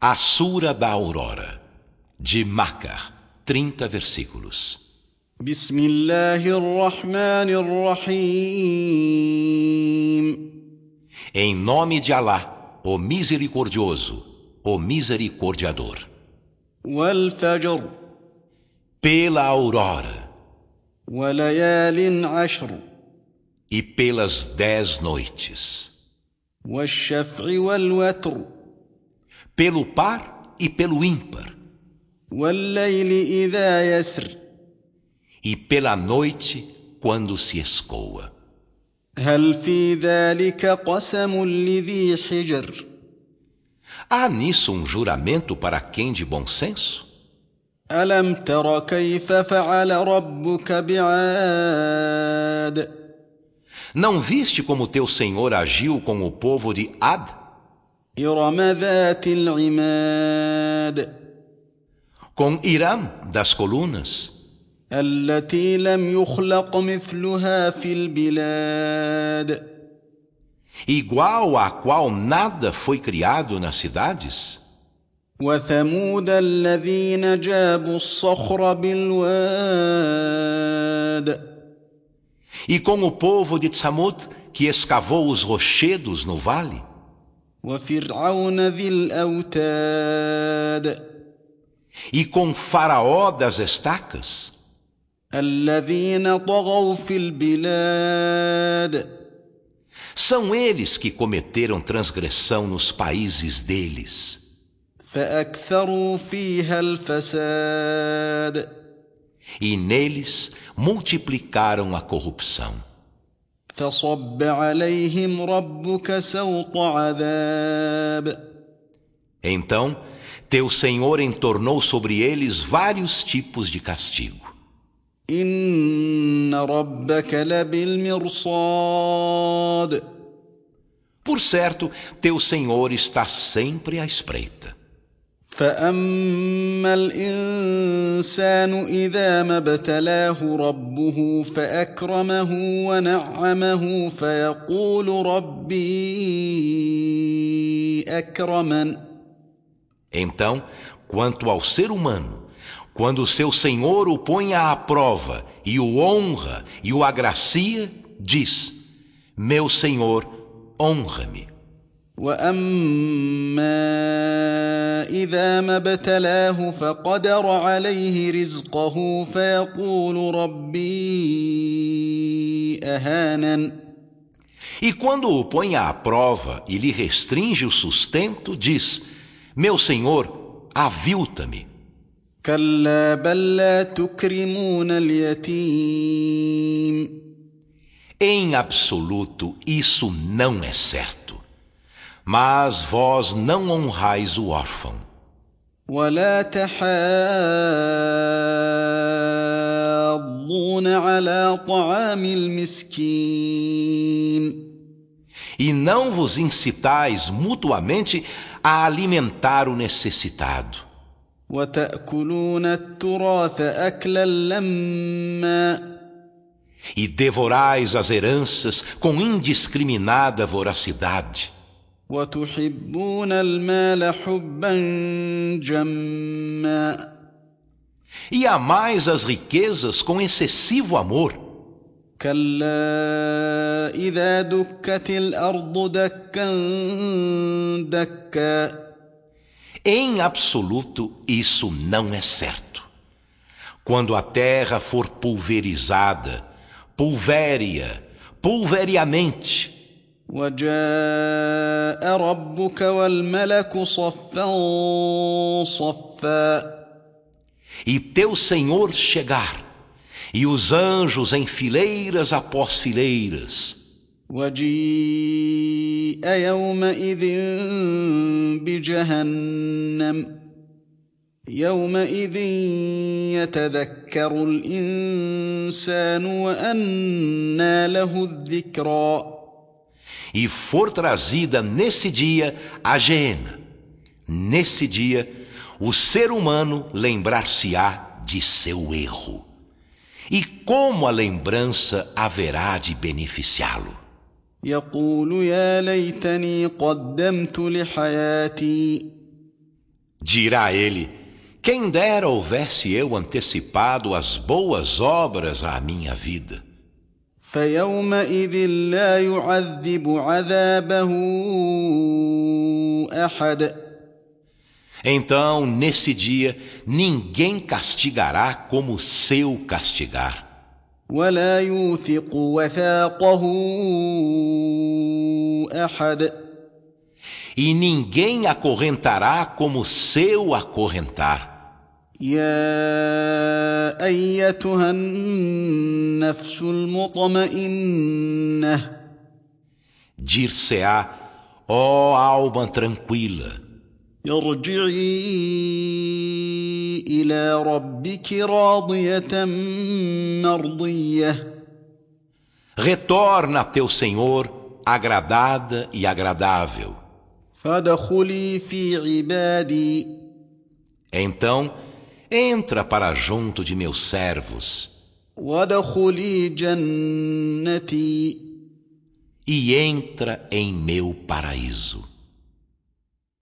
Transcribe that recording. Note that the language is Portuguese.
A Sura da Aurora, de Macar, 30 versículos. بسم الله الرحمن الرحيم Em nome de Alá, o Misericordioso, o Misericordiador. والفجر Pela aurora وليال عشر e pelas dez noites. والشفع والوتر Pelo par e pelo ímpar. والليل إذا يسر E pela noite, quando se escoa. هل في ذلك قسم لذي حجر Há nisso um juramento para quem de bom senso? ألم تر كيف فعل ربك بعاد Não viste como teu Senhor agiu com o povo de Ad? إرم ذات العماد Com Irã das colunas? التي لم يخلق مثلها في البلاد igual à qual nada foi criado nas cidades? وثمود الذين جابوا الصخر بالواد E com o povo de Tsamud, que escavou os rochedos no vale? وفرعون ذي الاوتاد E com Faraó das estacas? الذين طغوا في البلاد São eles que cometeram transgressão nos países deles, فاكثروا فيها الفساد e neles multiplicaram a corrupção. فصب عليهم ربك سوط عذاب Então, teu Senhor entornou sobre eles vários tipos de castigo. إن ربك لبالمرصاد Por certo, teu Senhor está sempre à espreita. فأما الإنسان إذا ما ابتلاه ربه فأكرمه ونعمه فيقول ربي أكرمن Então, quanto ao ser humano, quando seu Senhor o põe à prova e o honra e o agracia, diz: Meu Senhor, honra-me. وأما إذا ما ابتلاه فقدر عليه رزقه فيقول ربي أهانن E quando o põe à prova e lhe restringe o sustento, diz: Meu Senhor, avilta-me. كلا بل لا تكرمون اليتيم Em absoluto, isso não é certo. Mas vós não honrais o órfão, ولا تحاضون على طعام المسكين e não vos incitais mutuamente a alimentar o necessitado. وتأكلون التراث أكلا لما e devorais as heranças com indiscriminada voracidade, وتحبون المال حبا جما e amais as riquezas com excessivo amor, كلا إذا دكت الأرض دكا دكا em absoluto isso não é certo. Quando a terra for pulverizada, pulvéria, pulveriamente, وجاء ربك والملك صفا صفا e teu Senhor chegar, e os anjos em fileiras após fileiras, وجيء يومئذ بجهنم يومئذ يتذكر الإنسان وأنى له الذكرى e for trazida nesse dia a Geena. Nesse dia, o ser humano lembrar-se-á de seu erro. E como a lembrança haverá de beneficiá-lo? يقول يا ليتني قدمت لحياتي Dirá ele: Quem dera houvesse eu antecipado as boas obras à minha vida. فيومئذ لا يعذب عذابه احد Então, nesse dia, ninguém castigará como seu castigar, ولا يوثق وثاقه احد e ninguém acorrentará como seu acorrentar. يا ايتها النفس المطمئنه Dir-se-á: Ó alma tranquila, ارجعي الى ربك راضيه مرضيه retorna a teu Senhor, agradada e agradável. فادخلي في عبادي Então, entra para junto de meus servos وادخلي جنتي e entra em meu paraíso.